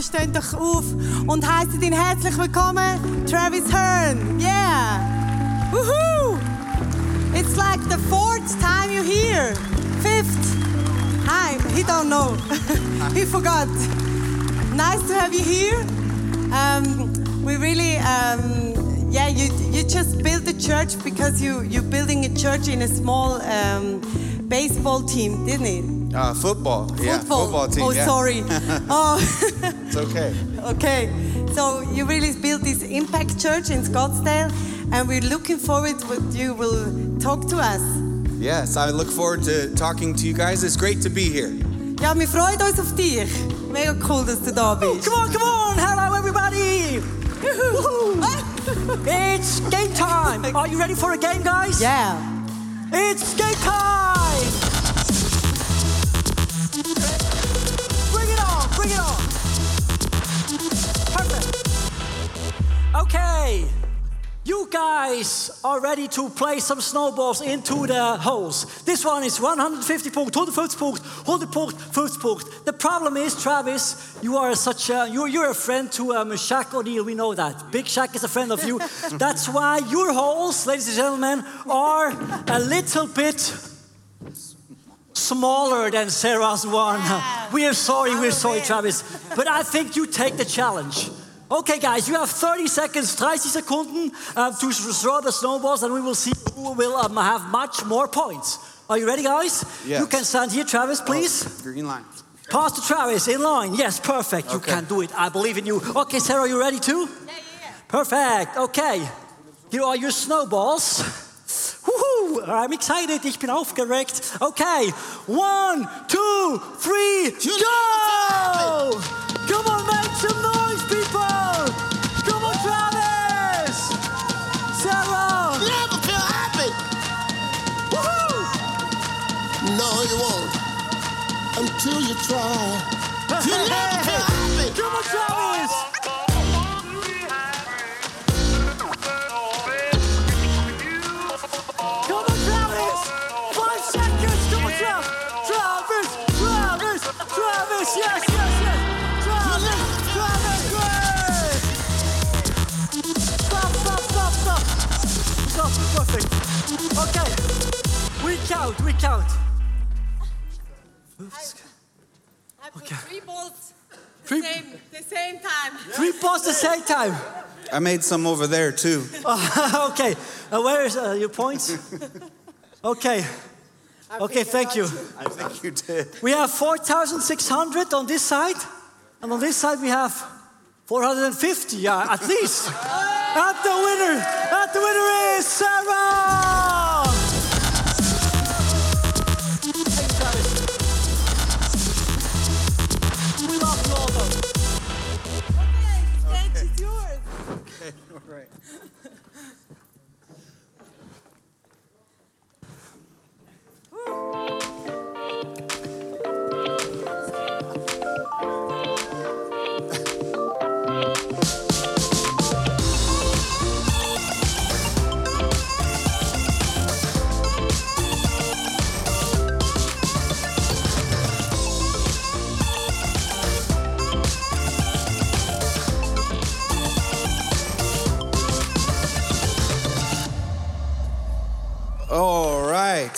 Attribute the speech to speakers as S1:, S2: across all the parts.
S1: stehen doch auf und heißen ihn herzlich willkommen, Travis Hearn. Yeah! Woohoo! It's like the fourth time you're here. Fifth. Hi, he don't know. he forgot. Nice to have you here. Um, we really, um, yeah, you, you just built a church because you, you're building a church in a small um, baseball team, didn't it?
S2: Uh, football. Yeah,
S1: Football.
S2: football team.
S1: oh,
S2: yeah.
S1: sorry. oh.
S2: It's okay.
S1: Okay, so you really built this impact church in Scottsdale, and we're looking forward what you will talk to us.
S2: Yes, I look forward to talking to you guys. It's great to be here.
S1: Ja, wir freuen uns auf dich. Mega cool, dass du da bist.
S3: Oh, Come on, come on! Hello, everybody! it's game time! Are you ready for a game, guys?
S1: Yeah.
S3: It's game time! Bring it on! Bring it on! Perfect. Okay, you guys are ready to play some snowballs into the holes. This one is 150 punct, 150 punct, 100 punct, 50 punct. The problem is, Travis, you are such a you're, you're a friend to um, Shaq O'Neal. We know that. Big Shaq is a friend of you. That's why your holes, ladies and gentlemen, are a little bit smaller than Sarah's one. We are sorry, we're sorry, Travis. But I think you take the challenge. Okay, guys, you have 30 seconds, 30 Sekunden um, to throw the snowballs, and we will see who will um, have much more points. Are you ready, guys?
S2: Yes.
S3: You can stand here, Travis, please.
S2: Oh, Green line.
S3: Pass to Travis in line. Yes, perfect. You
S2: Okay.
S3: can do it. I believe in you. Okay, Sarah, you ready too? Yeah, yeah. Perfect. Okay. Here are your snowballs. Woohoo! I'm excited. Ich bin aufgeregt. Okay. One, two, three, go! Come on, make some noise, people! Come on, Travis! Sarah!
S4: never feel happy.
S3: Woohoo!
S4: No, you won't. Until you try. You never feel happy.
S3: Come on, Travis! Come on, Travis! Five seconds! Come on, Travis! Travis! Travis! Travis! Yes, yes, yes! Travis! Travis! Great! Stop, stop, stop, stop! Stop, perfect. Okay. We count, we count.
S1: I put three balls the
S3: Three-
S1: same, the same time.
S3: Three balls the same time.
S2: I made some over there too.
S3: Oh, okay. Uh, where is uh, your points? Okay. Okay, thank you.
S2: I think you did.
S3: We have 4,600 on this side, and on this side we have 450, yeah, at least. and the winner, and the winner is Sarah! Thank you, Travis. We love you all, though.
S1: Okay, stage is yours.
S2: All right.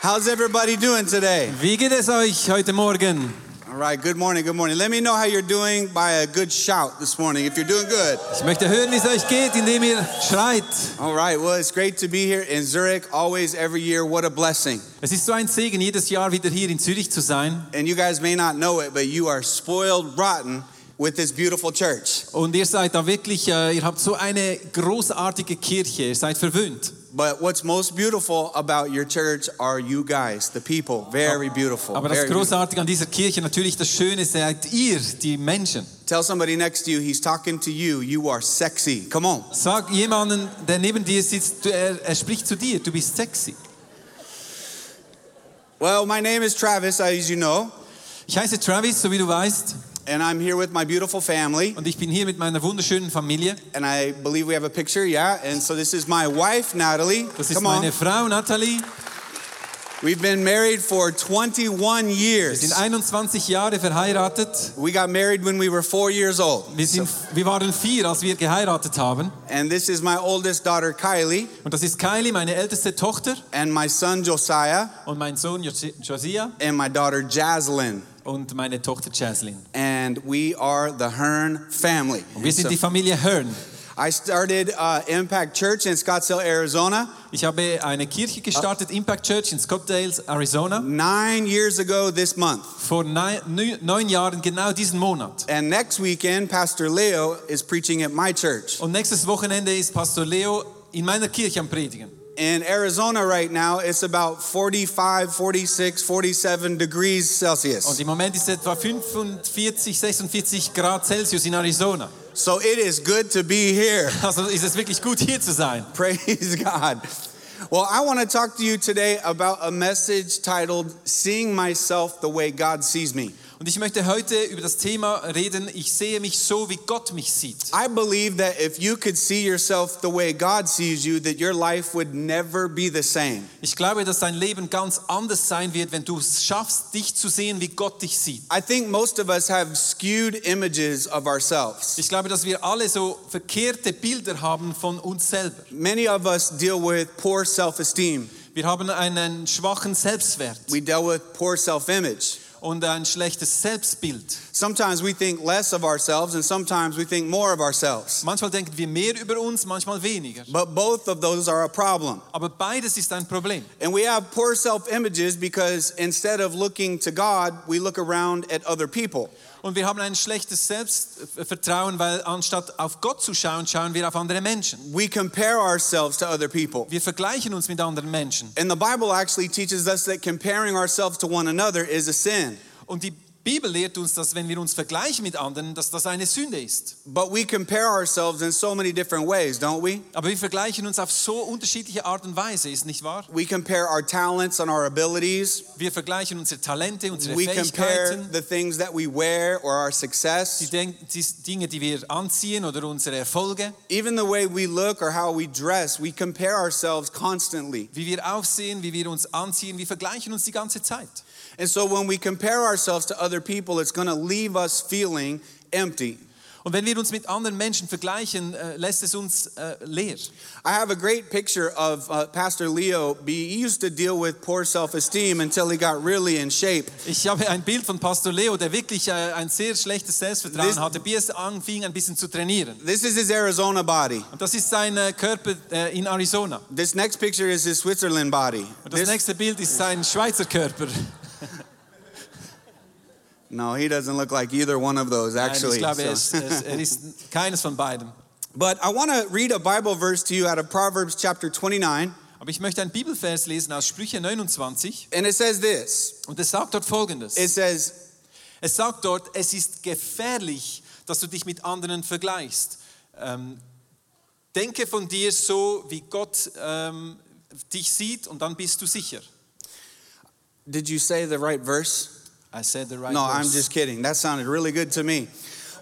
S2: How's everybody doing today?
S5: Wie geht es euch heute Morgen?
S2: All right. Good morning. Good morning. Let me know how you're doing by a good shout this morning. If you're doing good.
S5: Ich möchte hören, wie es euch geht, indem ihr schreit.
S2: All right. Well, it's great to be here in Zurich. Always, every year. What a blessing.
S5: Es ist so ein Segen, jedes Jahr wieder hier in Zürich zu sein.
S2: And you guys may not know it, but you are spoiled rotten with this beautiful church.
S5: Und ihr seid da wirklich, äh, ihr habt so eine großartige Kirche, ihr seid verwöhnt.
S2: But what's most beautiful about your church are you guys, the people. Very beautiful.
S5: Aber
S2: Oh, Very
S5: das
S2: beautiful.
S5: Großartige an dieser Kirche, natürlich das Schöne, seid ihr, die Menschen.
S2: Tell somebody next to you, he's talking to you. You are sexy. Come on.
S5: Sag jemanden, der neben dir sitzt, du- er, er spricht zu dir, du bist sexy.
S2: Well, my name is Travis, as you know,
S5: Ich heiße Travis, so wie du weißt,
S2: and I'm here with my beautiful family.
S5: und ich bin hier mit meiner wunderschönen Familie.
S2: And I believe we have a picture, yeah. And so this is my wife, Natalie.
S5: Das ist
S2: Come
S5: meine
S2: on.
S5: Frau Natalie
S2: We've been married for 21
S3: Wir sind
S2: years.
S3: 21 Jahre verheiratet.
S2: We got married when we were four years old.
S3: Wir, sind, wir waren vier, als wir geheiratet haben.
S2: And this is my oldest daughter, Kylie,
S3: Und das ist Kylie, meine älteste Tochter,
S2: and my son, Josiah,
S3: und mein Sohn Jos- Josiah
S2: and my daughter, Jaslyn.
S3: und meine Tochter Jaslyn.
S2: And we are the Hearn family.
S3: Und wir sind
S2: So
S3: die Familie Hearn.
S2: I started uh, Impact Church in Scottsdale, Arizona.
S3: Ich habe eine Kirche gestartet, Impact Church in Scottsdale, Arizona,
S2: nine years ago this month.
S3: vor neun, neu- neun Jahren, genau diesen Monat.
S2: And next weekend, Pastor Leo is preaching at my church.
S3: Und nächstes Wochenende ist Pastor Leo in meiner Kirche am Predigen.
S2: In Arizona right now, it's about 45, 46, 47 degrees
S3: Und
S2: Celsius.
S3: im Moment ist es etwa 45, 46 Grad Celsius in Arizona.
S2: So it is good to be here.
S3: Also ist es wirklich gut, hier zu sein.
S2: Praise God. Well, I want to talk to you today about a message titled Seeing Myself the Way God Sees Me.
S3: Und ich möchte heute über das Thema reden, ich sehe mich so, wie Gott mich sieht.
S2: I believe that if you could see yourself the way God sees you, that your life would never be the same.
S3: Ich glaube, dass dein Leben ganz anders sein wird, wenn du es schaffst, dich zu sehen, wie Gott dich sieht.
S2: I think most of us have skewed images of ourselves.
S3: Ich glaube, dass wir alle so verkehrte Bilder haben von uns selber.
S2: Many of us deal with poor self esteem.
S3: Wir haben einen schwachen Selbstwert
S2: We deal with poor self image.
S3: und ein schlechtes Selbstbild.
S2: Sometimes we think less of ourselves and sometimes we think more of ourselves.
S3: Manchmal denken wir mehr über uns, manchmal weniger.
S2: But both of those are a problem.
S3: Aber beides ist ein Problem.
S2: And we have poor self images because instead of looking to God, we look around at other people.
S3: Und wir haben ein schlechtes Selbstvertrauen, weil anstatt auf Gott zu schauen, schauen wir auf andere Menschen.
S2: We compare ourselves to other people.
S3: Wir vergleichen uns mit anderen Menschen.
S2: And the Bible actually teaches us that comparing ourselves to one another is a sin.
S3: Und die Bibel lehrt uns, dass wenn wir uns vergleichen mit anderen, dass das eine Sünde ist.
S2: But we compare ourselves in so many different ways, don't we?
S3: Aber wir vergleichen uns auf so unterschiedliche Art und Weise, ist nicht wahr?
S2: We compare our talents and our abilities.
S3: Wir vergleichen unsere Talente, unsere
S2: We compare
S3: Fähigkeiten,
S2: the things that we wear or our
S3: die,
S2: success,
S3: Denk- die Dinge, die wir anziehen oder unsere Erfolge,
S2: even the way we look or how we dress. We compare ourselves constantly.
S3: wie wir aufsehen, wie wir uns anziehen. Wir vergleichen uns die ganze Zeit.
S2: And so when we compare ourselves to other people, it's going to leave us feeling empty.
S3: Und wenn wir uns mit anderen Menschen vergleichen, äh, lässt es uns äh, leer.
S2: I have a great picture of uh, Pastor Leo B. He used to deal with poor self esteem until he got really in shape.
S3: Ich habe ein Bild von Pastor Leo, der wirklich äh, ein sehr schlechtes Selbstvertrauen
S2: This-
S3: hatte, bis er anfing, ein bisschen zu trainieren.
S2: This is his Arizona body.
S3: Und das ist sein äh, Körper äh, in Arizona.
S2: This next picture is his Switzerland body.
S3: Und das
S2: This-
S3: nächste Bild ist sein Schweizer Körper.
S2: no, he doesn't look like either one of those,
S3: Nein, ich
S2: actually.
S3: glaube, er ist,
S2: so.
S3: er, ist, er ist keines von beiden.
S2: But I want to read a Bible verse to you out of Proverbs chapter 29,
S3: Aber ich möchte einen Bibelvers lesen aus Sprüche 29
S2: and it says this.
S3: und es sagt dort folgendes.
S2: It says,
S3: Es sagt dort, es ist gefährlich, dass du dich mit anderen vergleichst. Ähm, denke von dir so, wie Gott ähm, dich sieht und dann bist du sicher.
S2: Did you say the right verse?
S3: I said the right
S2: no, I'm
S3: words.
S2: just kidding. That sounded really good to me.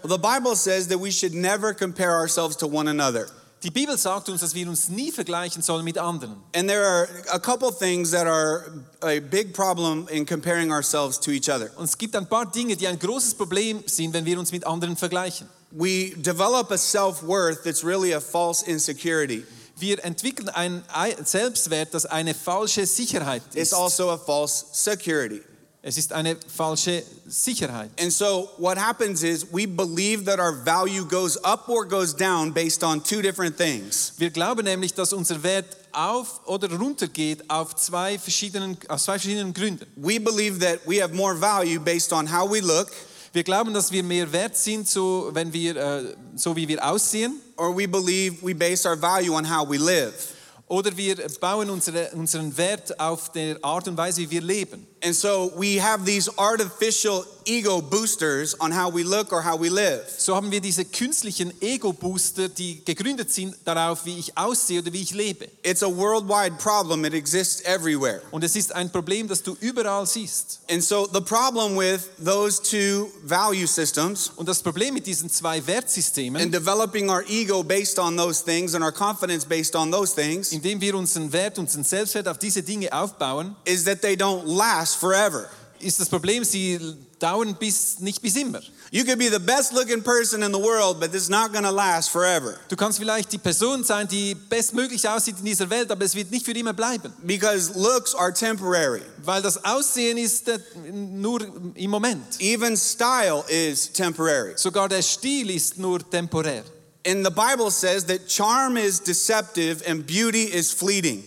S2: Well, the Bible says that we should never compare ourselves to one another.
S3: Die Bibel sagt uns, dass wir uns nie vergleichen sollen mit anderen.
S2: And there are a couple things that are a big problem in comparing ourselves to each other.
S3: Und es gibt ein paar Dinge, die ein großes Problem sind, wenn wir uns mit anderen vergleichen.
S2: We develop a self worth that's really a false insecurity,
S3: Wir entwickeln einen Selbstwert, das eine falsche Sicherheit
S2: it's
S3: ist.
S2: also a false security.
S3: Es ist eine falsche Sicherheit.
S2: And so what happens is we believe that our value goes up or goes down based on two different things.
S3: Wir glauben nämlich, dass unser Wert auf oder runter geht auf zwei verschiedenen, aus zwei verschiedenen Gründen.
S2: We believe that we have more value based on how we look,
S3: Wir glauben, dass wir mehr wert sind, so, wenn wir, äh, so wie wir aussehen,
S2: or we believe we base our value on how we live.
S3: oder wir bauen unsere, unseren Wert auf der Art und Weise, wie wir leben.
S2: And so we have these artificial ego boosters on how we look or how we live.
S3: So haben wir diese künstlichen Ego-Booster, die gegründet sind darauf, wie ich aussehe oder wie ich lebe.
S2: It's a worldwide problem, it exists everywhere.
S3: Und es ist ein Problem, das du überall siehst.
S2: And so the problem with those two value systems
S3: Und das Problem mit diesen zwei
S2: and
S3: Wertsystemen,
S2: developing our ego based on those things and our confidence based on those things
S3: indem wir unseren Wert, unseren Selbstwert auf diese Dinge aufbauen,
S2: is that they don't last forever.
S3: ist das Problem, sie dauern bis, nicht bis immer.
S2: You could be the best looking person in the world, but it's not gonna last forever
S3: Du kannst vielleicht die Person sein, die bestmöglich aussieht in dieser Welt, aber es wird nicht für immer bleiben,
S2: because looks are temporary.
S3: weil das Aussehen ist äh, nur im Moment.
S2: Even style is temporary.
S3: Sogar der Stil ist nur temporär.
S2: And the Bible says that charm is deceptive and beauty is fleeting.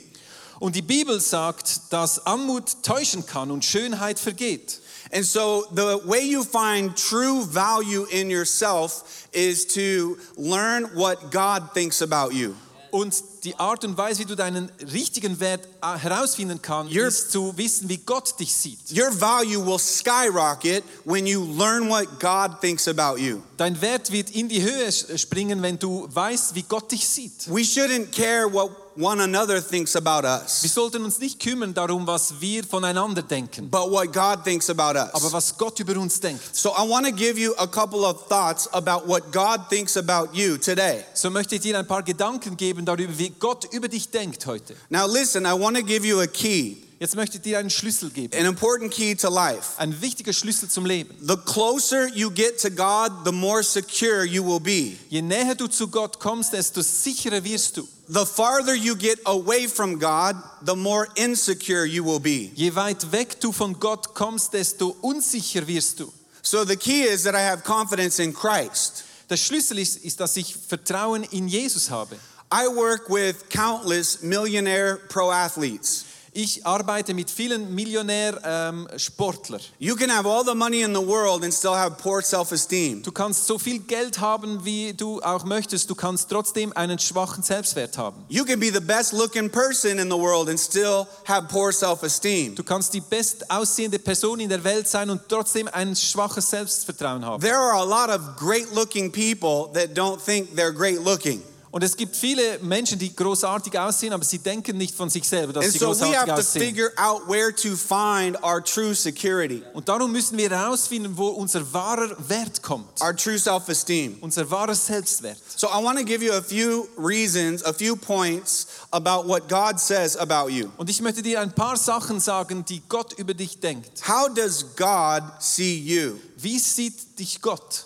S3: Und die Bibel sagt, dass Anmut täuschen kann und Schönheit vergeht.
S2: And so the way you find true value in yourself is to learn what God thinks about you.
S3: Und die Art und Weise, wie du deinen richtigen Wert äh, herausfinden kannst,
S2: Your-
S3: ist zu wissen, wie Gott dich sieht.
S2: Your value will skyrocket when you learn what God thinks about you.
S3: Dein Wert wird in die Höhe sch- springen, wenn du weißt, wie Gott dich sieht.
S2: We shouldn't care what one another thinks about
S3: Wir
S2: us,
S3: sollten uns nicht kümmern darum, was wir voneinander denken,
S2: but what God thinks about
S3: aber
S2: us.
S3: was Gott über uns denkt.
S2: So I want to give you a couple of thoughts about what God thinks about you today.
S3: So möchte ich dir ein paar Gedanken geben darüber, wie Gott über dich denkt heute.
S2: Now listen, I want to give you a key,
S3: Jetzt möchte ich dir einen Schlüssel geben,
S2: an important key to life.
S3: ein wichtiger Schlüssel zum Leben.
S2: The closer you get to God, the more secure you will be.
S3: Je näher du zu Gott kommst, desto sicherer wirst du.
S2: The farther you get away from God, the more insecure you will be.
S3: Je weit weg du von Gott kommst, desto unsicher wirst du.
S2: So the key is that I have confidence in Christ.
S3: Der Schlüssel ist, ist, dass ich Vertrauen in Jesus habe.
S2: I work with countless millionaire pro athletes.
S3: Ich arbeite mit vielen ähm, Millionär-Sportlern.
S2: You can have all the money in the world and still have poor self esteem.
S3: du kannst so viel Geld haben, wie du auch möchtest. Du kannst trotzdem einen schwachen Selbstwert haben.
S2: You can be the best looking person in the world and still have poor self esteem.
S3: Du kannst die bestaussehende Person in der Welt sein und trotzdem ein schwaches Selbstvertrauen haben.
S2: There are a lot of great looking people that don't think they're great looking.
S3: Und es gibt viele Menschen, die großartig aussehen, aber sie denken nicht von sich selber, dass
S2: And
S3: sie
S2: so we have
S3: großartig
S2: to
S3: aussehen.
S2: figure out where to find our true security,
S3: Und darum müssen wir herausfinden, wo unser wahrer Wert kommt.
S2: our true self esteem.
S3: Unser wahrer Selbstwert.
S2: So I want to give you a few reasons, a few points about what God says about you.
S3: Und ich möchte dir ein paar Sachen sagen, die Gott über dich denkt.
S2: How does God see you?
S3: Wie sieht dich Gott?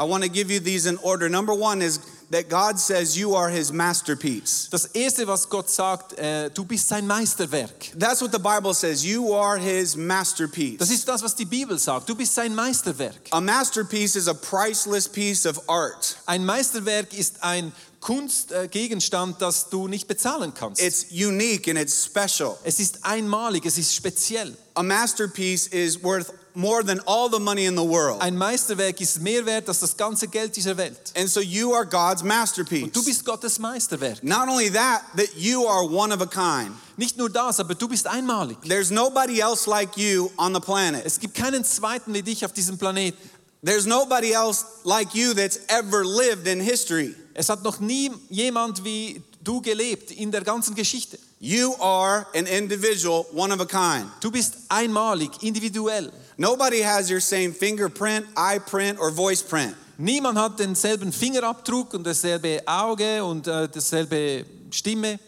S2: I want to give you these in order. Number one is that God says you are his masterpiece.
S3: Das Erste, was Gott sagt, äh, du bist sein Meisterwerk.
S2: That's what the Bible says. You are his
S3: Das
S2: masterpiece.
S3: ist das, was die Bibel sagt. Du bist sein Meisterwerk.
S2: A masterpiece is a priceless piece of art.
S3: Ein Meisterwerk ist ein Kunstgegenstand, das du nicht bezahlen kannst.
S2: It's unique and it's special.
S3: es ist einmalig, es ist speziell.
S2: A masterpiece is worth more than all the money in the world.
S3: Ein Meisterwerk ist mehr wert als das ganze Geld dieser Welt.
S2: And so you are God's
S3: Du
S2: masterpiece.
S3: bist Gottes Meisterwerk.
S2: Not only that, that you are one of a kind.
S3: Nicht nur das, aber du bist einmalig.
S2: There's nobody else like you on the planet.
S3: Es gibt keinen zweiten wie dich auf diesem Planeten.
S2: There's nobody else like you that's ever lived in history.
S3: Es hat noch nie jemand wie du gelebt in der ganzen Geschichte.
S2: You are an individual, one of a kind.
S3: Du bist einmalig, individuell.
S2: Nobody has your same fingerprint, eye print, or voice print.
S3: Niemand hat denselben Fingerabdruck und dasselbe Auge und äh, dasselbe Stimme.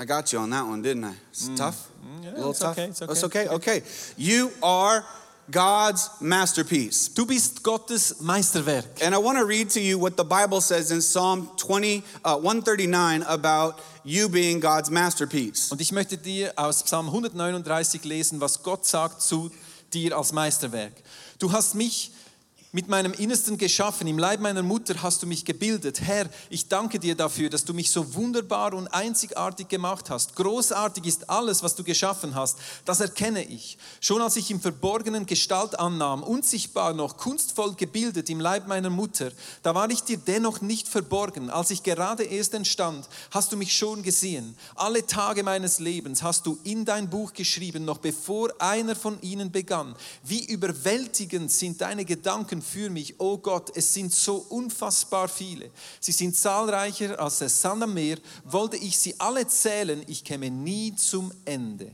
S2: I got you on that one, didn't I? It's tough.
S3: Mm. yeah,
S2: a little
S3: it's
S2: tough.
S3: okay, it's
S2: Oh,
S3: okay.
S2: okay. Okay. You are God's masterpiece.
S3: Du bist Gottes Meisterwerk.
S2: And I want to read to you what the Bible says in Psalm 20, uh, 139 about you being God's masterpiece.
S3: Und ich möchte dir aus Psalm 139 lesen, was Gott sagt zu dir als Meisterwerk. Du hast mich Mit meinem Innersten geschaffen, im Leib meiner Mutter hast du mich gebildet. Herr, ich danke dir dafür, dass du mich so wunderbar und einzigartig gemacht hast. Großartig ist alles, was du geschaffen hast. Das erkenne ich. Schon als ich im Verborgenen Gestalt annahm, unsichtbar noch, kunstvoll gebildet im Leib meiner Mutter, da war ich dir dennoch nicht verborgen. Als ich gerade erst entstand, hast du mich schon gesehen. Alle Tage meines Lebens hast du in dein Buch geschrieben, noch bevor einer von ihnen begann. Wie überwältigend sind deine Gedanken für mich, o oh Gott, es sind so unfassbar viele. Sie sind zahlreicher als der Sand am Meer. Wollte ich sie alle zählen, ich käme nie zum Ende.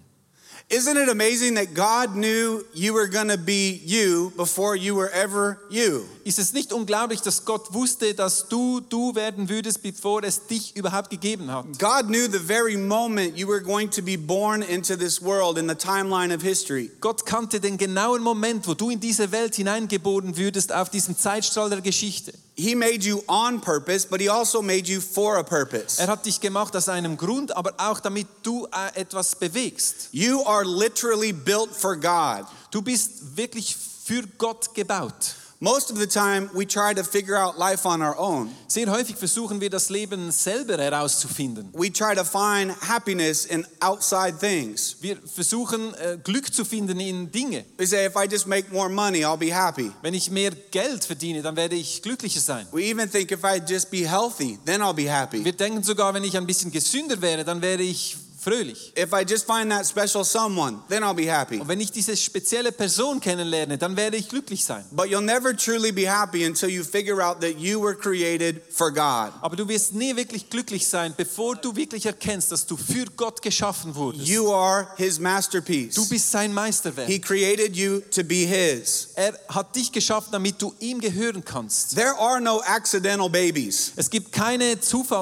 S2: Isn't it amazing that God knew you were going to be you before you were ever you?
S3: Ist es nicht unglaublich, dass Gott wusste, dass du du werden würdest, bevor es dich überhaupt gegeben hat?
S2: God knew the very moment you were going to be born into this world in the timeline of history.
S3: Gott kannte den genauen Moment, wo du in diese Welt hineingeboren würdest, auf diesen Zeitstrahl der Geschichte.
S2: He made you on purpose, but He also made you for a purpose.
S3: Er hat dich gemacht aus einem Grund, aber auch damit du äh, etwas bewegst.
S2: You are literally built for God.
S3: Du bist wirklich für Gott gebaut.
S2: Most of the time, we try to figure out life on our own.
S3: Sehr häufig versuchen wir das Leben selber herauszufinden.
S2: We try to find happiness in outside things.
S3: Wir versuchen äh, Glück zu finden in Dinge.
S2: We say, if I just make more money, I'll be happy.
S3: Wenn ich mehr Geld verdiene, dann werde ich glücklicher sein.
S2: We even think if I just be healthy, then I'll be happy.
S3: Wir denken sogar, wenn ich ein bisschen gesünder wäre, dann wäre ich fröhlich.
S2: If I just find that special someone, then I'll be happy.
S3: Und wenn ich diese spezielle Person kennenlerne, dann werde ich glücklich sein.
S2: But you'll never truly be happy until you figure out that you were created for God.
S3: Aber du wirst nie wirklich glücklich sein, bevor du wirklich erkennst, dass du für Gott geschaffen wurdest.
S2: You are His
S3: Du
S2: masterpiece.
S3: bist sein Meisterwerk.
S2: He created you to be His.
S3: Er hat dich geschaffen, damit du ihm gehören kannst.
S2: There are no accidental babies.
S3: Es gibt keine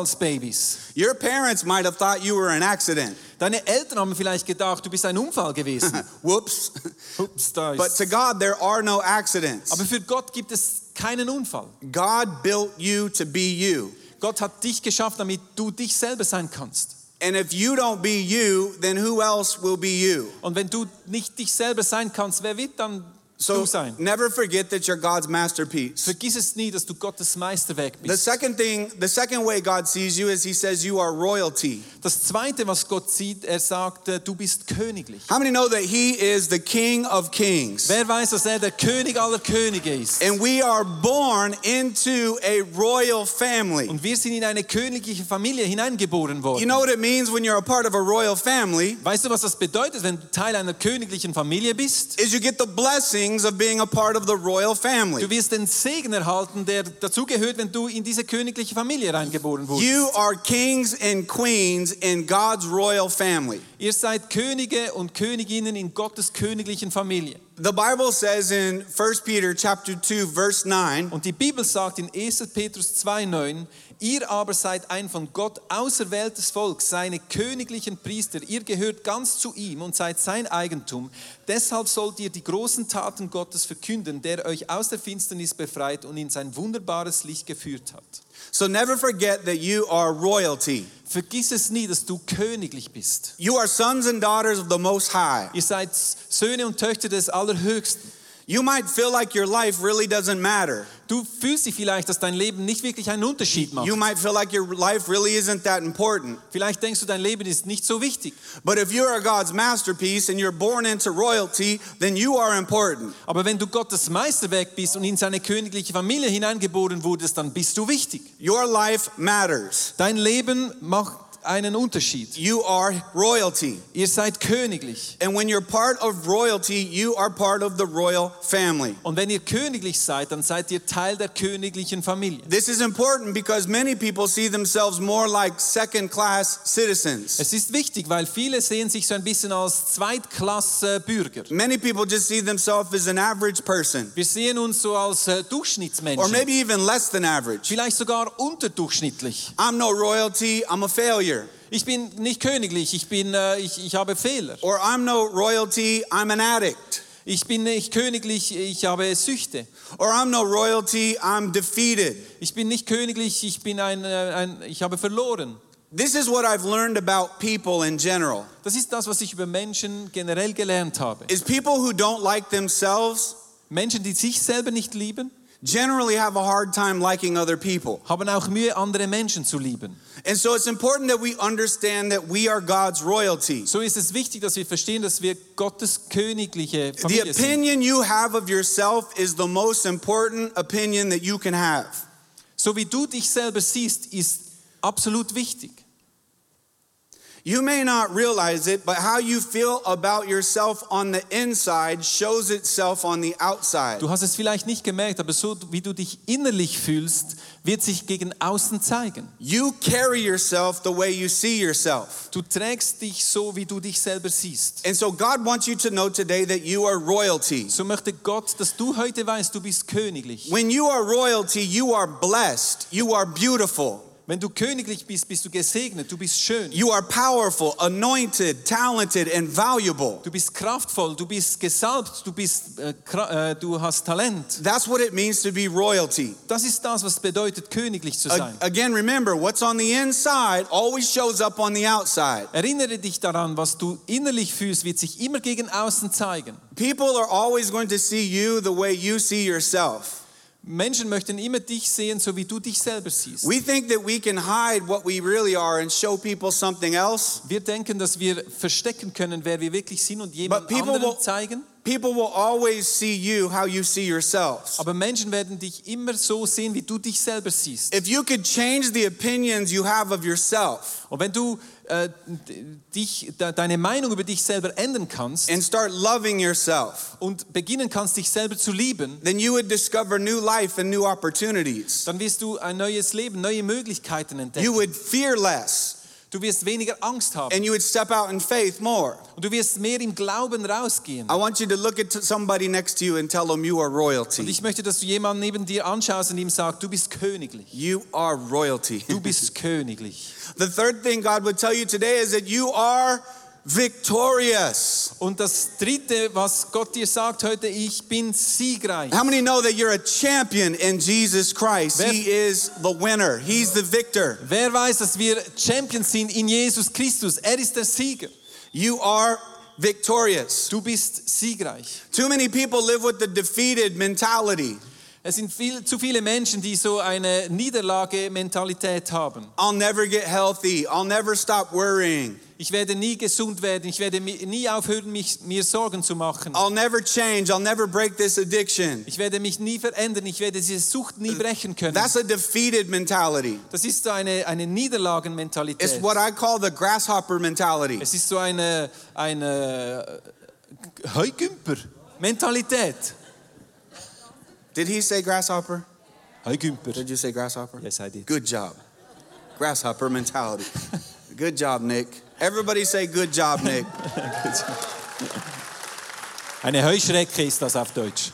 S3: Zufallsbabys.
S2: Your parents might have thought you were an accident.
S3: Deine Eltern haben vielleicht gedacht, du bist ein Unfall gewesen.
S2: Whoops.
S3: Ups, da
S2: But
S3: ist.
S2: to God, there are no accidents.
S3: Aber für Gott gibt es keinen Unfall.
S2: God built you to be you.
S3: Gott hat dich geschaffen, damit du dich selber sein kannst.
S2: And if you don't be you, then who else will be you?
S3: Und wenn du nicht dich selber sein kannst, wer wird dann
S2: So
S3: du sein?
S2: never forget that you're God's masterpiece.
S3: Vergiss es nie, dass du Gottes Meisterwerk
S2: The
S3: bist.
S2: second thing, the second way God sees you is he says you are royalty.
S3: Das Zweite, was Gott sieht, er sagt, äh, du bist königlich.
S2: How many know that he is the king of kings?
S3: Wer weiß, dass er der König aller Könige ist?
S2: And we are born into a royal family.
S3: Und wir sind in eine königliche Familie hineingeboren
S2: You
S3: worden.
S2: know what it means when you're a part of a royal family
S3: Weißt du, was das bedeutet, wenn du Teil einer königlichen Familie bist?
S2: is you get the blessings of being a part of the royal family.
S3: Du wirst den Segen erhalten, der dazugehört, wenn du in diese königliche Familie reingeboren wurdest.
S2: You are kings and queens in God's royal family.
S3: Ihr seid Könige und Königinnen in Gottes königlichen Familie.
S2: The Bible says in 1 Peter chapter 2 verse 9,
S3: Und die Bibel sagt in 1. Petrus 2,9: Ihr aber seid ein von Gott auserwähltes Volk, seine königlichen Priester. Ihr gehört ganz zu ihm und seid sein Eigentum. Deshalb sollt ihr die großen Taten Gottes verkünden, der euch aus der Finsternis befreit und in sein wunderbares Licht geführt hat.
S2: so never forget that you are royalty.
S3: Vergiss es nie, dass du königlich bist.
S2: You are sons and daughters of the most high.
S3: Ihr seid Söhne und Töchter des Allerhöchsten.
S2: You might feel like your life really doesn't matter.
S3: Du fühlst dich vielleicht, dass dein Leben nicht wirklich einen Unterschied macht.
S2: You might feel like your life really isn't that important.
S3: Vielleicht denkst du, dein Leben ist nicht so wichtig.
S2: But if you are God's masterpiece and you're born into royalty, then you are important.
S3: Aber wenn du Gottes Meisterwerk bist und in seine königliche Familie hineingeboren wurdest, dann bist du wichtig.
S2: Your life matters.
S3: Dein Leben macht einen Unterschied.
S2: You are royalty.
S3: Ihr seid königlich.
S2: And when you're part of royalty, you are part of the royal family.
S3: Und wenn ihr königlich seid, dann seid ihr Teil der königlichen Familie.
S2: This is important because many people see themselves more like second class citizens.
S3: Es ist wichtig, weil viele sehen sich so ein bisschen als Zweitklasse-Bürger.
S2: Many people just see themselves as an average person,
S3: Wir sehen uns so als äh,
S2: or
S3: Durchschnittsmenschen.
S2: maybe even less than average.
S3: Vielleicht sogar unterdurchschnittlich.
S2: I'm no royalty, I'm a failure.
S3: Ich bin nicht königlich, ich, bin, äh, ich, ich habe Fehler.
S2: Or I'm no royalty, I'm an addict.
S3: Ich bin nicht königlich, ich habe Süchte.
S2: Or I'm no royalty, I'm defeated.
S3: Ich bin nicht königlich, ich bin ein, äh, ein ich habe verloren.
S2: This is what I've learned about people in general.
S3: Das ist das, was ich über Menschen generell gelernt habe.
S2: Is people who don't like themselves,
S3: Menschen, die sich selber nicht lieben,
S2: generally have a hard time liking other people.
S3: haben auch Mühe, andere Menschen zu lieben.
S2: And so it's important that we understand that we are God's royalty.
S3: So ist es wichtig, dass wir verstehen, dass wir Gottes königliche
S2: The
S3: Familie sind.
S2: opinion you have of yourself is the most important opinion that you can have.
S3: So wie du dich selber siehst, ist absolut wichtig.
S2: You may not realize it, but how you feel about yourself on the inside shows itself on the outside.
S3: Du hast es vielleicht nicht gemerkt, aber so wie du dich innerlich fühlst, wird sich gegen außen zeigen.
S2: You carry yourself the way you see yourself.
S3: Du trägst dich so, wie du dich selber siehst.
S2: And so God wants you to know today that you are royalty.
S3: So möchte Gott, dass du heute weißt, du bist königlich.
S2: When you are royalty, you are blessed, you are beautiful,
S3: Wenn du königlich bist, bist du gesegnet, du bist schön,
S2: you are powerful, anointed, talented, and valuable.
S3: du bist kraftvoll, du bist gesalbt, du, bist, äh, kra- äh, du hast Talent.
S2: That's what it means to be royalty.
S3: Das ist das, was bedeutet, königlich zu
S2: A-
S3: sein.
S2: again, remember, what's on the inside always shows up on the outside.
S3: Erinnere dich daran, was du innerlich fühlst, wird sich immer gegen außen zeigen.
S2: People are always going to see you the way you see yourself.
S3: Menschen möchten immer dich sehen, so wie du dich selber siehst.
S2: We think that we can hide what we really are and show people something else.
S3: Wir denken, dass wir verstecken können, wer wir wirklich sind und
S2: But
S3: jemand
S2: people
S3: anderen
S2: will-
S3: zeigen.
S2: People will always see you how you see yourselves.
S3: Aber Menschen werden dich immer so sehen, wie du dich selber siehst.
S2: If you could change the opinions you have of yourself
S3: Und wenn du äh, d- dich, de- deine Meinung über dich selber ändern kannst
S2: and start loving yourself,
S3: und beginnen kannst, dich selber zu lieben,
S2: then you would discover new life and new opportunities.
S3: dann wirst du ein neues Leben, neue Möglichkeiten
S2: You
S3: entdecken.
S2: would fear less
S3: Du wirst weniger Angst haben
S2: and you would step out in faith more.
S3: und du wirst mehr im Glauben rausgehen.
S2: I want you to look at somebody next to you and tell them you are
S3: Und
S2: royalty.
S3: ich möchte, dass du jemanden neben dir anschaust und ihm sagst, du bist königlich.
S2: You are royalty.
S3: Du bist königlich.
S2: The third thing God would tell you today is that you are victorious.
S3: Und das Dritte, was Gott dir sagt heute, ich bin siegreich.
S2: How many know that you're a champion in Jesus Christ?
S3: Wer-
S2: He is the winner, He's the victor.
S3: Wer weiß, dass wir Champions sind in Jesus Christus? Er ist der Sieger.
S2: You are victorious.
S3: Du bist siegreich.
S2: Too many people live with the defeated mentality.
S3: Es sind viel, zu viele Menschen, die so eine Niederlage-Mentalität haben.
S2: I'll never get healthy. I'll never stop worrying.
S3: Ich werde nie gesund werden. Ich werde mi- nie aufhören, mich, mir Sorgen zu machen.
S2: I'll never change. I'll never break this addiction.
S3: Ich werde mich nie verändern. Ich werde diese Sucht
S2: Äh,
S3: nie brechen können.
S2: That's a defeated mentality.
S3: Das ist so eine, eine
S2: It's
S3: Niederlagenmentalität.
S2: what I call the grasshopper mentality.
S3: Es ist so eine, eine äh, Heugümper-Mentalität.
S2: Did he say grasshopper?
S3: Heugümper.
S2: Did you say grasshopper?
S3: Yes, I did.
S2: Good job. Grasshopper mentality. Good job, Nick. Everybody say good job, Nick.
S3: Eine Heuschrecke ist das auf Deutsch.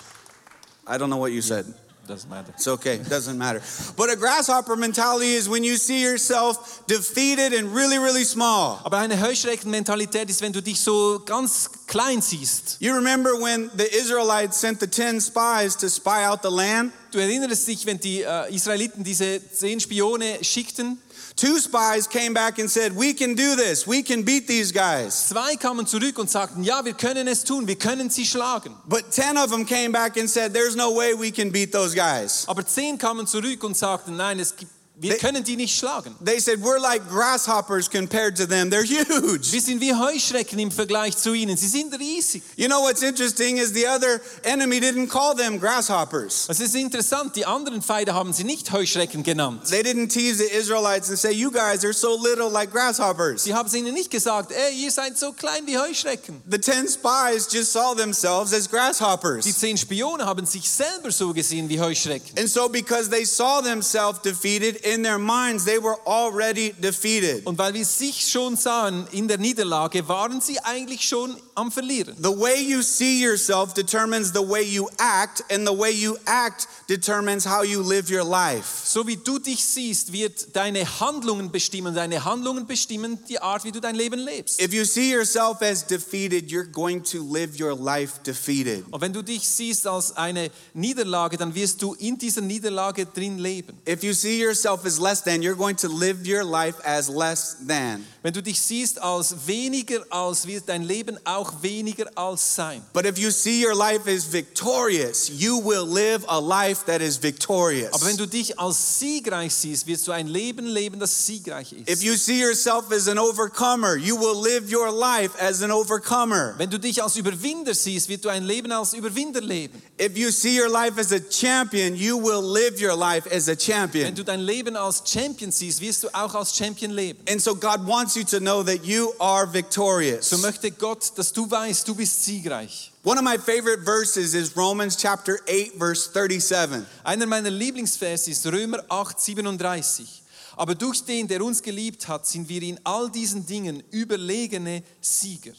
S2: I don't know what you said.
S3: Das meint
S2: It's okay. It doesn't matter. But a grasshopper mentality is when you see yourself defeated and really, really small.
S3: Aber eine Heuschreckenmentalität ist, wenn du dich so ganz klein siehst.
S2: You remember when the Israelites sent the 10 spies to spy out the land?
S3: Du erinnerst dich, wenn die äh, Israeliten diese zehn Spione schickten.
S2: Two spies came back and said, We can do this. We can beat these guys.
S3: Zwei kamen zurück und sagten, ja, wir können es tun, wir können sie schlagen.
S2: But 10 of them came back and said, There's no way we can beat those guys.
S3: Aber zehn kamen zurück und sagten, nein, es gibt, wir
S2: They-
S3: können die nicht schlagen.
S2: They said, We're like grasshoppers compared to them. They're huge.
S3: Wir sind wie Heuschrecken im Vergleich zu ihnen. Sie sind riesig.
S2: You know what's interesting is the other enemy didn't call them grasshoppers.
S3: Es ist interessant, die anderen Feinde haben sie nicht Heuschrecken genannt.
S2: They didn't tease the Israelites and say, You guys are so little like grasshoppers.
S3: Sie haben es ihnen nicht gesagt, ey, ihr seid so klein wie Heuschrecken.
S2: The 10 spies just saw themselves as
S3: Die
S2: grasshoppers.
S3: zehn Spione haben sich selber so gesehen wie Heuschrecken.
S2: And so, because they saw themselves defeated, in their minds, they were already defeated.
S3: Und weil wir sich schon sahen in der Niederlage, waren sie eigentlich schon am Verlieren.
S2: The way you see yourself determines the way you act, and the way you act determines how you live your life.
S3: So wie du dich siehst, wird deine Handlungen bestimmen. Deine Handlungen bestimmen die Art, wie du dein Leben lebst.
S2: If you see yourself as defeated, you're going to live your life defeated.
S3: Und wenn du dich siehst als eine Niederlage, dann wirst du in dieser Niederlage drin leben.
S2: If you see yourself as less than, you're going to live your life as less than.
S3: Wenn du dich siehst als weniger als, wird dein Leben auch weniger als sein.
S2: But if you see your life as victorious, you will live a life that is
S3: Aber wenn
S2: victorious.
S3: du dich als siegreich siehst, wirst du ein Leben leben, das siegreich ist.
S2: If you see yourself as an overcomer, you will live your life as an overcomer.
S3: Wenn du dich als Überwinder siehst, wirst du ein Leben als Überwinder leben.
S2: If you see your life as a champion, you will live your life as a
S3: Wenn
S2: champion.
S3: du dein Leben als Champion siehst, wirst du auch als Champion leben.
S2: And so God wants you to know that you are
S3: So
S2: victorious.
S3: möchte Gott, dass du weißt, du bist siegreich.
S2: One of my favorite verses is Romans chapter 8 verse 37.
S3: Einer meiner Lieblingsverse ist Römer 8, 37. Aber durch den, der uns geliebt hat, sind wir in all diesen Dingen überlegene Sieger.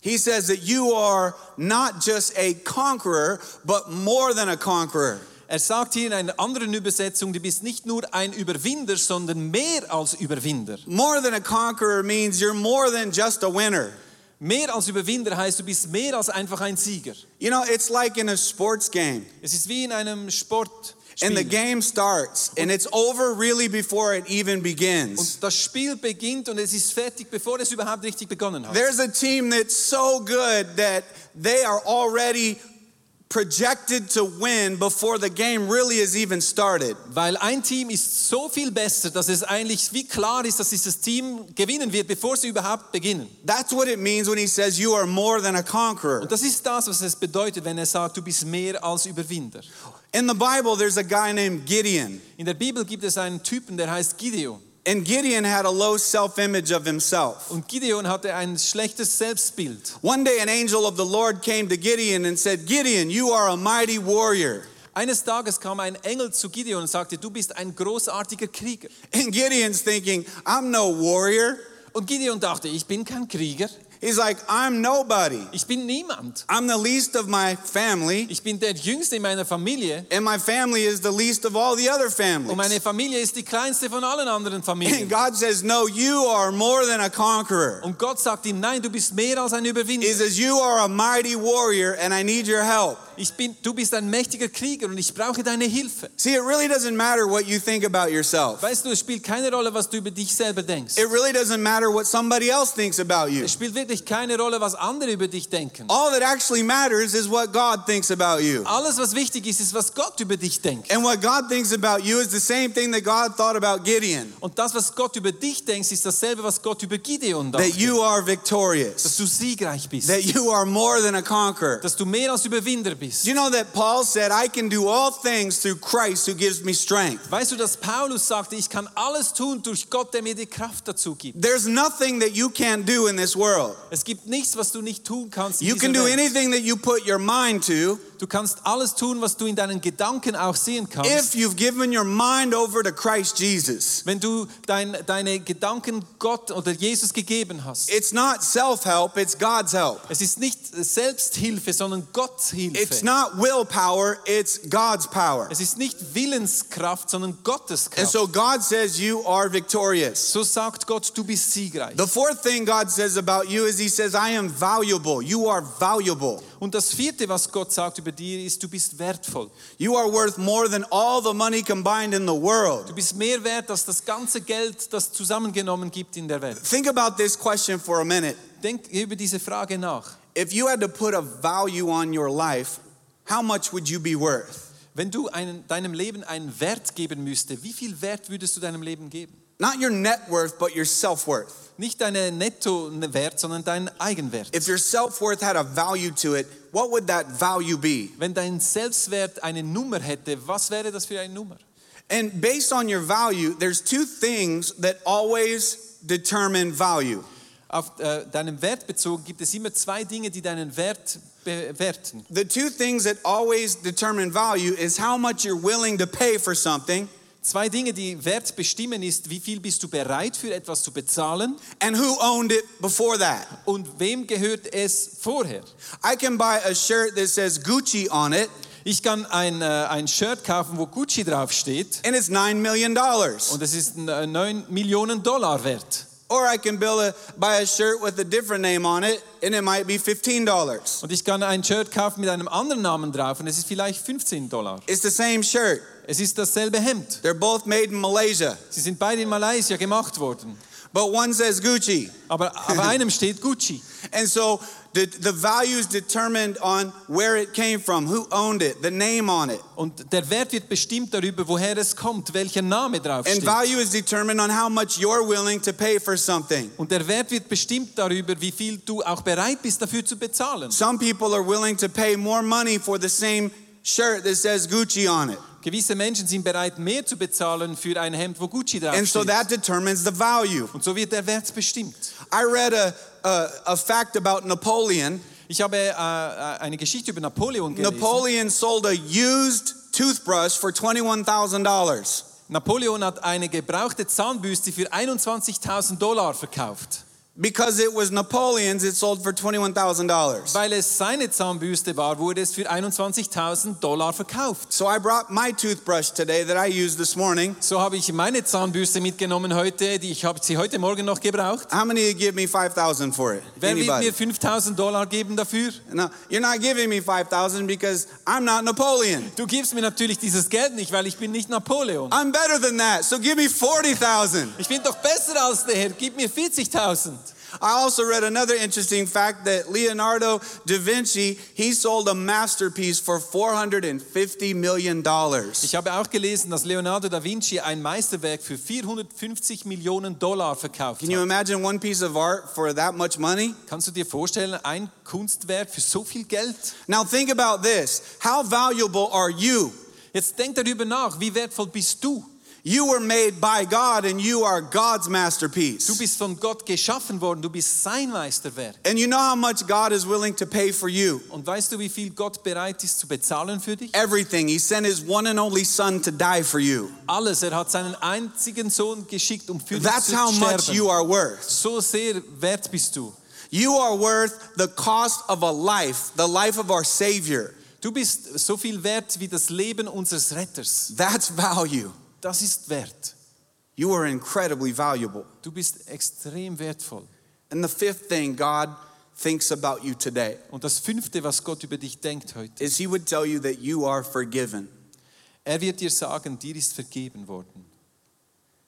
S2: He says that you are not just a conqueror, but more than a conqueror.
S3: Er sagt hier in einer anderen Übersetzung, du bist nicht nur ein Überwinder, sondern mehr als Überwinder.
S2: More than a conqueror means you're more than just a winner.
S3: Mehr als Überwinder heißt, du bist mehr als einfach ein Sieger.
S2: You know, it's like in a sports game.
S3: Es ist wie in einem Sport.
S2: And the game starts and it's over really before it even begins.
S3: Und das Spiel beginnt und es ist fertig, bevor es überhaupt richtig begonnen hat.
S2: There's a team that's so good that they are already projected to win before the game really is even started.
S3: Weil ein Team ist so viel besser, dass es eigentlich wie klar ist, dass dieses Team gewinnen wird, bevor sie überhaupt beginnen.
S2: That's what it means when he says you are more than a conqueror.
S3: Und das ist das, was es bedeutet, wenn er sagt, du bist mehr als Überwinder.
S2: In the Bible, there's a guy named Gideon.
S3: In der Bibel gibt es einen Typen, der heißt Gideon.
S2: And Gideon had a low self image of himself.
S3: Und Gideon hatte ein schlechtes Selbstbild.
S2: One day, an angel of the Lord came to Gideon and said, Gideon, you are a mighty warrior.
S3: Eines Tages kam ein Engel zu Gideon und sagte, du bist ein großartiger Krieger.
S2: And Gideon's thinking, I'm no warrior.
S3: Und Gideon dachte, ich bin kein Krieger,
S2: He's like, I'm nobody.
S3: ich bin niemand.
S2: I'm the least of my family,
S3: Ich bin der Jüngste in meiner Familie
S2: and my family is the least of all the other
S3: Und meine
S2: families.
S3: Familie ist die kleinste von allen anderen
S2: And
S3: Familien.
S2: God says, No, you are more than a conqueror.
S3: Und Gott sagt ihm, nein, du bist mehr als ein
S2: He
S3: Überwinder.
S2: says, You are a mighty warrior, and I need your help.
S3: Ich bin, du bist ein mächtiger Krieger und ich brauche deine Hilfe.
S2: See, it really doesn't matter what you think about yourself,
S3: Weißt du, es spielt keine Rolle, was du über dich selber denkst.
S2: it really doesn't matter what somebody else thinks about you.
S3: Es spielt wirklich keine Rolle, was andere über dich denken.
S2: All that actually matters is what God thinks about you.
S3: Alles, was wichtig ist, ist, was Gott über dich denkt.
S2: And what God thinks about you is the same thing that God thought about Gideon
S3: Und das, was Gott über dich denkt, ist dasselbe, was Gott über Gideon
S2: that
S3: denkt.
S2: you are
S3: Dass
S2: victorious,
S3: du siegreich bist.
S2: that you are more than a conqueror.
S3: Dass du mehr als Überwinder bist.
S2: Do you know that Paul said, I can do all things through Christ who gives me strength?
S3: Weißt du, dass Paulus sagte, ich kann alles tun durch Gott, der mir die Kraft dazu gibt.
S2: There's nothing that you can't do in this world.
S3: Es gibt nichts, was du nicht tun kannst. in
S2: You
S3: dieser
S2: can do
S3: Welt.
S2: anything that you put your mind to
S3: Du kannst alles tun, was du in deinen Gedanken auch sehen kannst.
S2: if you've given your mind over to Christ Jesus.
S3: wenn du dein, deine Gedanken Gott oder Jesus gegeben hast.
S2: It's not self help, it's God's help.
S3: Es ist nicht Selbsthilfe, sondern Gottes Hilfe.
S2: It's not willpower, it's God's power.
S3: es ist nicht Willenskraft, sondern Gottes
S2: And
S3: Kraft.
S2: so God says, You are victorious.
S3: so sagt Gott, du bist siegreich.
S2: The fourth thing God says about you is He says, I am valuable. You are valuable.
S3: Und das vierte, was Gott sagt über dir, ist, du bist wertvoll.
S2: You are worth more than all the money combined in the world.
S3: Du bist mehr wert als das ganze Geld, das zusammengenommen gibt in der Welt.
S2: Think about this question for a minute.
S3: Denk über diese Frage nach.
S2: If you had to put a value on your life, how much would you be worth?
S3: Wenn du einen, deinem Leben einen Wert geben müsste, wie viel Wert würdest du deinem Leben geben?
S2: Not your net worth, but your self worth.
S3: Nicht deinen Netto-Wert, sondern deinen Eigenwert.
S2: If your self worth had a value to it, what would that value be?
S3: Wenn dein Selbstwert eine Nummer hätte, was wäre das für eine Nummer?
S2: And based on your value, there's two things that always determine value
S3: Auf äh, deinem Wert bezogen gibt es immer zwei Dinge, die deinen Wert bewerten.
S2: The two things that always determine value is how much you're willing to pay for something
S3: Zwei Dinge, die Wert bestimmen, ist, wie viel bist du bereit für etwas zu bezahlen
S2: and who owned it before that.
S3: und wem gehört es vorher.
S2: I can buy a shirt that says Gucci on it
S3: Ich kann ein, äh, ein Shirt kaufen, wo Gucci draufsteht
S2: and it's $9 million.
S3: und es ist äh, 9 Millionen Dollar wert.
S2: Or I can bill a, buy a shirt with a different name on it and it might be $15.
S3: Und ich kann ein Shirt kaufen mit einem anderen Namen drauf und es ist vielleicht 15 Dollar.
S2: It's the same shirt.
S3: Es ist dasselbe Hemd.
S2: They're both made in Malaysia.
S3: Sie sind beide in Malaysia gemacht worden.
S2: but one says Gucci.
S3: Aber auf einem steht Gucci.
S2: And so the, the value is determined on where it came from, who owned it, the name on it.
S3: Und der Wert wird bestimmt darüber, woher es kommt, welcher Name
S2: And
S3: draufsteht.
S2: value is determined on how much you're willing to pay for something.
S3: Und der Wert wird bestimmt darüber, wie viel du auch bereit bist, dafür zu bezahlen.
S2: Some people are willing to pay more money for the same shirt that says Gucci on it.
S3: Gewisse Menschen sind bereit, mehr zu bezahlen für ein Hemd, wo Gucci
S2: And so
S3: draufsteht.
S2: that determines the value.
S3: Und so wird der Wert bestimmt.
S2: I read a, a, a fact about Napoleon.
S3: Ich habe äh, äh, eine Geschichte über Napoleon gelesen.
S2: Napoleon sold a used toothbrush for $21,000.
S3: Napoleon hat eine gebrauchte Zahnbürste für 21.000 Dollar verkauft,
S2: Because it was Napoleon's, it sold for $21,000.
S3: weil es seine Zahnbürste war, wurde es für 21.000 Dollar verkauft.
S2: So I brought my toothbrush today that I used this morning.
S3: So habe ich meine Zahnbürste mitgenommen heute, die ich habe sie heute Morgen noch gebraucht.
S2: How many of you give me 5000 for it?
S3: Wer wird
S2: Anybody?
S3: mir 5.000 Dollar geben dafür?
S2: No, you're not giving me 5000 because I'm not Napoleon.
S3: Du gibst mir natürlich dieses Geld nicht, weil ich bin nicht Napoleon.
S2: I'm better than that. So give me 40,000.
S3: Ich bin doch besser als der Herr, gib mir 40.000.
S2: I also read another interesting fact that Leonardo da Vinci, he sold a masterpiece for 450 million dollars.
S3: Ich habe auch gelesen, dass Leonardo da Vinci ein Meisterwerk für 450 Millionen Dollar verkauft
S2: Can you
S3: hat.
S2: imagine one piece of art for that much money?
S3: Kannst du dir vorstellen, ein Kunstwerk für so viel Geld?
S2: Now think about this. How valuable are you?
S3: Jetzt denk darüber nach, wie wertvoll bist du?
S2: You were made by God and you are God's
S3: Du
S2: masterpiece.
S3: bist von Gott geschaffen worden, du bist sein Meisterwerk.
S2: And you know how much God is willing to pay for you?
S3: Und weißt du, wie viel Gott bereit ist zu bezahlen für dich?
S2: Everything. He sent his one and only son to die for you.
S3: Alles, er hat seinen einzigen Sohn geschickt, um für dich
S2: That's
S3: zu
S2: how much you
S3: sterben.
S2: are worth.
S3: So sehr wert bist du.
S2: You are worth the cost of a life, the life of our Savior.
S3: Du bist so viel wert wie das Leben unseres Retters.
S2: That's value.
S3: Das ist wert.
S2: You are incredibly valuable.
S3: Du bist extrem wertvoll.
S2: And the fifth thing God thinks about you today
S3: Und das Fünfte, was Gott über dich denkt heute,
S2: is He would tell you that you are forgiven.
S3: er wird dir sagen, dir ist vergeben worden.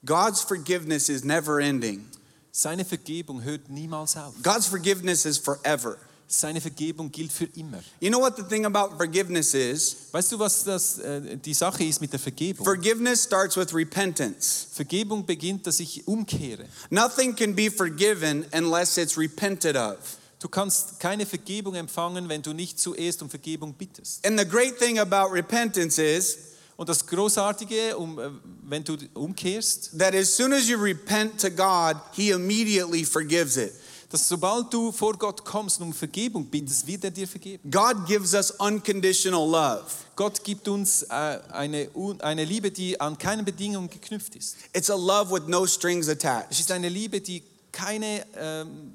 S2: God's forgiveness is never ending,
S3: Seine Vergebung hört niemals auf.
S2: God's forgiveness is forever.
S3: Seine Vergebung gilt für immer.
S2: You know what the thing about forgiveness is?
S3: Weißt du, was das, äh, die Sache ist mit der Vergebung?
S2: Forgiveness starts with repentance.
S3: Vergebung beginnt, dass ich umkehre.
S2: Nothing can be forgiven unless it's repented of.
S3: Du kannst keine Vergebung empfangen, wenn du nicht zuerst um Vergebung bittest.
S2: And the great thing about repentance is
S3: Und das Großartige, um, äh, wenn du umkehrst,
S2: that as soon as you repent to God, He immediately forgives it.
S3: dass sobald du vor Gott kommst und um Vergebung bittest, wird er dir vergeben.
S2: God gives us unconditional love.
S3: Gott gibt uns äh, eine, un- eine Liebe, die an keine Bedingung geknüpft ist.
S2: It's a love with no strings
S3: Es
S2: attached.
S3: ist eine Liebe, die keine, ähm,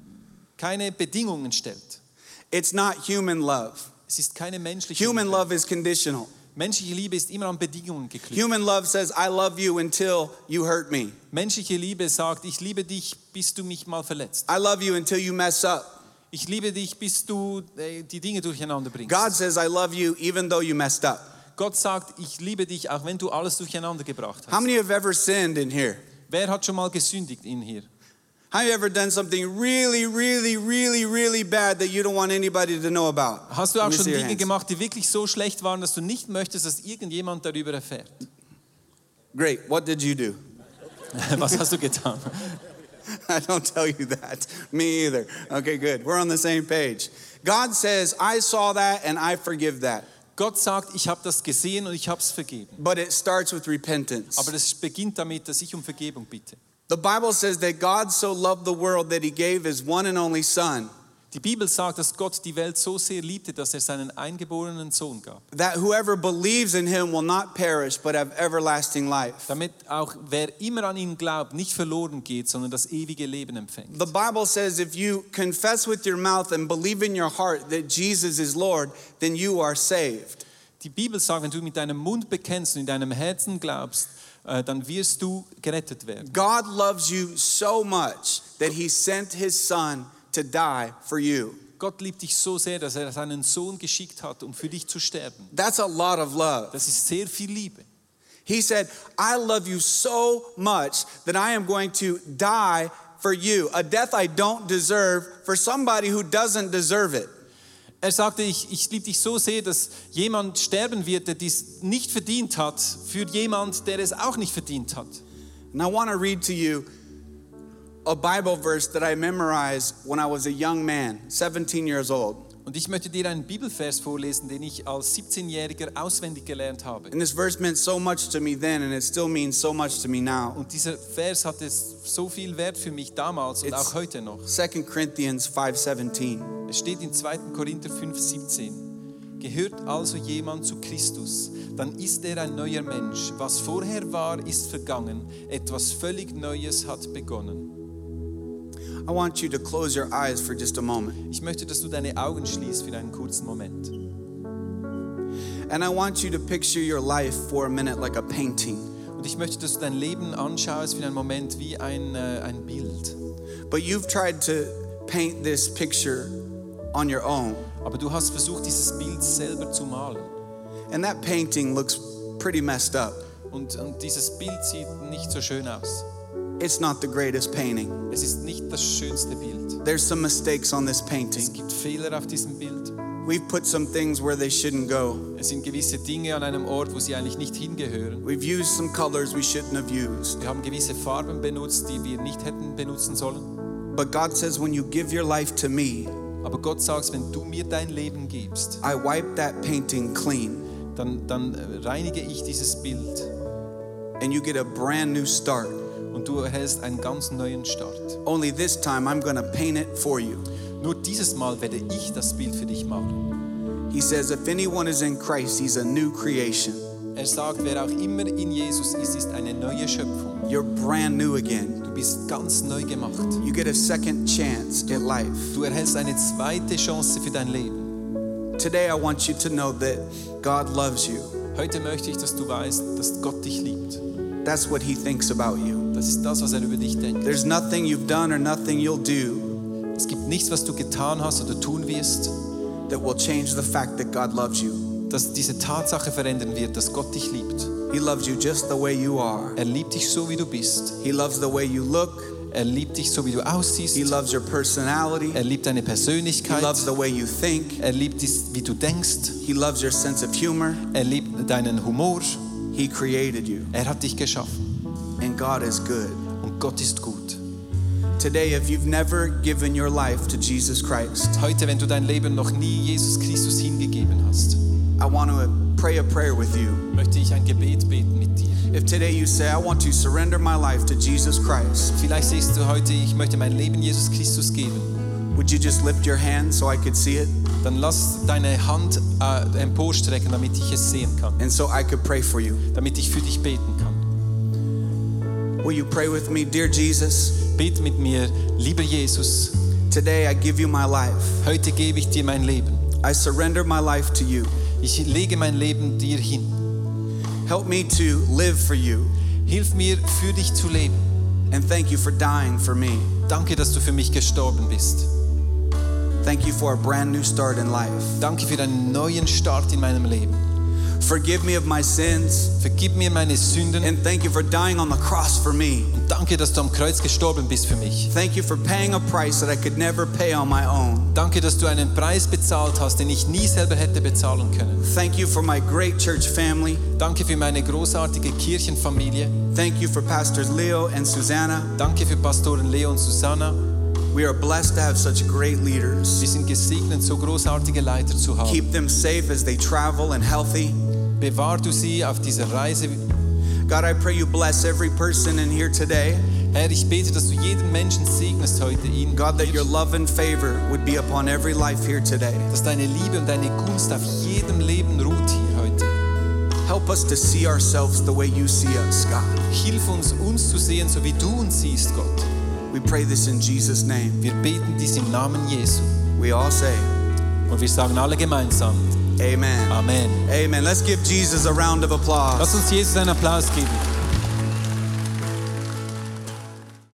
S3: keine Bedingungen stellt.
S2: It's not human love.
S3: Es ist keine menschliche
S2: Human
S3: Liebe.
S2: love is conditional.
S3: Menschliche Liebe ist immer an Bedingungen geknüpft.
S2: Human love says, I love you until you hurt me.
S3: Menschliche Liebe sagt, ich liebe dich, bis du mich mal verletzt.
S2: I love you until you mess up.
S3: Ich liebe dich, bis du äh, die Dinge durcheinander bringst.
S2: God says, I love you even though you messed up.
S3: Gott sagt, ich liebe dich, auch wenn du alles durcheinander gebracht
S2: How
S3: hast.
S2: many have ever sinned in here?
S3: Wer hat schon mal gesündigt in hier?
S2: How have you ever done something really, really, really, really bad that you don't want anybody to know about?
S3: Hast du auch
S2: Let me
S3: schon
S2: see your
S3: Dinge
S2: hands.
S3: gemacht, die wirklich so schlecht waren, dass du nicht möchtest, dass irgendjemand darüber erfährt?
S2: Great. What did you do?
S3: Was hast du getan?
S2: I don't tell you that. Me either. Okay, good. We're on the same page. God says, I saw that and I forgive that.
S3: Gott sagt, ich habe das gesehen und ich habe es vergeben.
S2: But it starts with repentance.
S3: Aber es beginnt damit, dass ich um Vergebung bitte.
S2: The Bible says that God so loved the world that he gave his one and only Son,
S3: Die Bibel sagt, dass Gott die Welt so sehr liebte, dass er seinen eingeborenen Sohn gab,
S2: that whoever believes in him will not perish but have everlasting life.
S3: damit auch wer immer an ihn glaubt, nicht verloren geht, sondern das ewige Leben empfängt.
S2: The Bible says if you confess with your mouth and believe in your heart that Jesus is Lord, then you are saved.
S3: Die Bibel sagt, wenn du mit deinem Mund bekennst und in deinem Herzen glaubst, äh, dann wirst du gerettet werden.
S2: God loves you so much that he sent his Son to die for you.
S3: Gott liebt dich so sehr, dass er seinen Sohn geschickt hat, um für dich zu sterben.
S2: That's a lot of love.
S3: Das ist sehr viel Liebe.
S2: He said, I love you so much that I am going to die for you, a death I don't deserve for somebody who doesn't deserve it.
S3: Er sagte, ich, ich liebe dich so sehr, dass jemand sterben wird, der dies nicht verdient hat, für jemand, der es auch nicht verdient hat.
S2: And I want to read to you a Bible verse that I memorized when I was a young man, 17 years old.
S3: Und ich möchte dir einen Bibelvers vorlesen, den ich als 17-Jähriger auswendig gelernt habe.
S2: And this verse meant so much to me then, and it still means so much to me now.
S3: Und dieser Vers hatte so viel Wert für mich damals und
S2: It's-
S3: auch heute noch.
S2: 2 Corinthians 5:17.
S3: Es steht in 2. Korinther 5,17. Gehört also jemand zu Christus, dann ist er ein neuer Mensch. Was vorher war, ist vergangen. Etwas völlig Neues hat begonnen.
S2: I want you to close your eyes for just a moment,
S3: Ich möchte, dass du deine Augen schließt für einen kurzen Moment.
S2: and I want you to picture your life for a minute like a painting.
S3: Und ich möchte, dass du dein Leben anschaust für einen Moment wie ein, äh, ein Bild.
S2: But you've tried to paint this picture on your own,
S3: Aber du hast versucht, dieses Bild selber zu malen.
S2: and that painting looks pretty messed up.
S3: Und, und dieses Bild sieht nicht so schön aus.
S2: It's not the greatest painting.
S3: Es ist nicht das schönste Bild.
S2: There's some mistakes on this painting.
S3: Es gibt Fehler auf diesem Bild.
S2: We've put some things where they shouldn't go.
S3: Es sind gewisse Dinge an einem Ort, wo sie eigentlich nicht hingehören.
S2: We've used some colors we shouldn't have used.
S3: Wir haben gewisse Farben benutzt, die wir nicht hätten benutzen sollen.
S2: But God says, when you give your life to me,
S3: Aber Gott sagt, wenn du mir dein Leben gibst,
S2: I wipe that painting clean
S3: dann, dann äh, reinige ich dieses Bild
S2: and you get a brand new start.
S3: und du erhältst einen ganz neuen Start.
S2: Only this time I'm going to paint it for you.
S3: Nur dieses Mal werde ich das Bild für dich malen.
S2: He says, if anyone is in Christ, he's a new creation.
S3: Er sagt, wer auch immer in Jesus ist, ist eine neue Schöpfung.
S2: You're brand new again.
S3: Du bist ganz neu gemacht.
S2: You get a second chance at life.
S3: Du erhältst eine zweite Chance für dein Leben.
S2: Today, I want you to know that God loves you.
S3: Heute möchte ich, dass du weißt, dass Gott dich liebt.
S2: That's what He thinks about you.
S3: Das ist das, was er über dich denkt.
S2: There's nothing you've done or nothing you'll do
S3: Es gibt nichts, was du getan hast oder tun wirst,
S2: that will change the fact that God loves you.
S3: das diese Tatsache verändern wird, dass Gott dich liebt.
S2: He loves you just the way you are.
S3: Er liebt dich so, wie du bist.
S2: He loves the way you look.
S3: Er liebt dich so, wie du aussiehst.
S2: He loves your personality.
S3: Er liebt deine
S2: He
S3: Persönlichkeit.
S2: loves the way you think.
S3: Er liebt dich, wie du denkst.
S2: He loves your sense of humor.
S3: Er liebt deinen Humor.
S2: He created you,
S3: Er hat dich geschaffen.
S2: and God is good.
S3: Und Gott ist gut.
S2: Today, if you've never given your life to Jesus Christ,
S3: Heute, wenn du dein Leben noch nie Jesus Christus hingegeben hast,
S2: I want to pray a prayer with you.
S3: möchte ich ein Gebet beten mit dir.
S2: If today you say, I want to surrender my life to Jesus Christ,
S3: Vielleicht siehst du heute, ich möchte mein Leben Jesus Christus geben.
S2: would you just lift your hand so I could see it
S3: Dann lass deine Hand äh, emporstrecken, damit ich es sehen kann,
S2: and so I could pray for you?
S3: damit ich für dich beten kann.
S2: Will you pray with me, dear Jesus?
S3: Bet mit mir, lieber Jesus,
S2: Today I give you my life.
S3: heute gebe ich dir mein Leben.
S2: I surrender my life to you.
S3: Ich lege mein Leben dir hin.
S2: Help me to live for you
S3: Hilf mir, für dich zu leben.
S2: and thank you for dying for me.
S3: Danke, dass du für mich gestorben bist.
S2: Thank you for a brand new start in life.
S3: Danke für deinen neuen Start in meinem Leben.
S2: Forgive me of my sins
S3: Vergib mir meine Sünden
S2: and thank you for dying on the cross for me.
S3: und danke, dass du am Kreuz gestorben bist für mich.
S2: Thank you for paying a price that I could never pay on my own.
S3: Danke, dass du einen Preis bezahlt hast, den ich nie selber hätte bezahlen können.
S2: Thank you for my great church family.
S3: Danke für meine großartige Kirchenfamilie.
S2: Thank you for Pastors Leo and Susanna.
S3: Danke für Pastoren Leo und Susanna.
S2: We are blessed to have such great leaders.
S3: Wir sind gesegnet, so großartige Leiter zu haben.
S2: Keep them safe as they travel and healthy.
S3: Bewahr du sie auf dieser Reise.
S2: God, I pray you bless every person in here today.
S3: Herr, ich bete, dass du jeden Menschen segnest heute, ihn
S2: God, that your love and favor would be upon every life here today.
S3: dass deine Liebe und deine Gunst auf jedem Leben ruht hier heute.
S2: Help us to see ourselves the way you see us, God.
S3: Hilf uns, uns zu sehen, so wie du uns siehst, Gott.
S2: We pray this in Jesus' name.
S3: Wir beten dies im Namen Jesu.
S2: We all say,
S3: Und wir sagen alle gemeinsam
S2: Amen.
S3: Amen.
S2: Amen. Let's give Jesus a round of applause.
S3: Lass uns Jesus einen Applaus geben.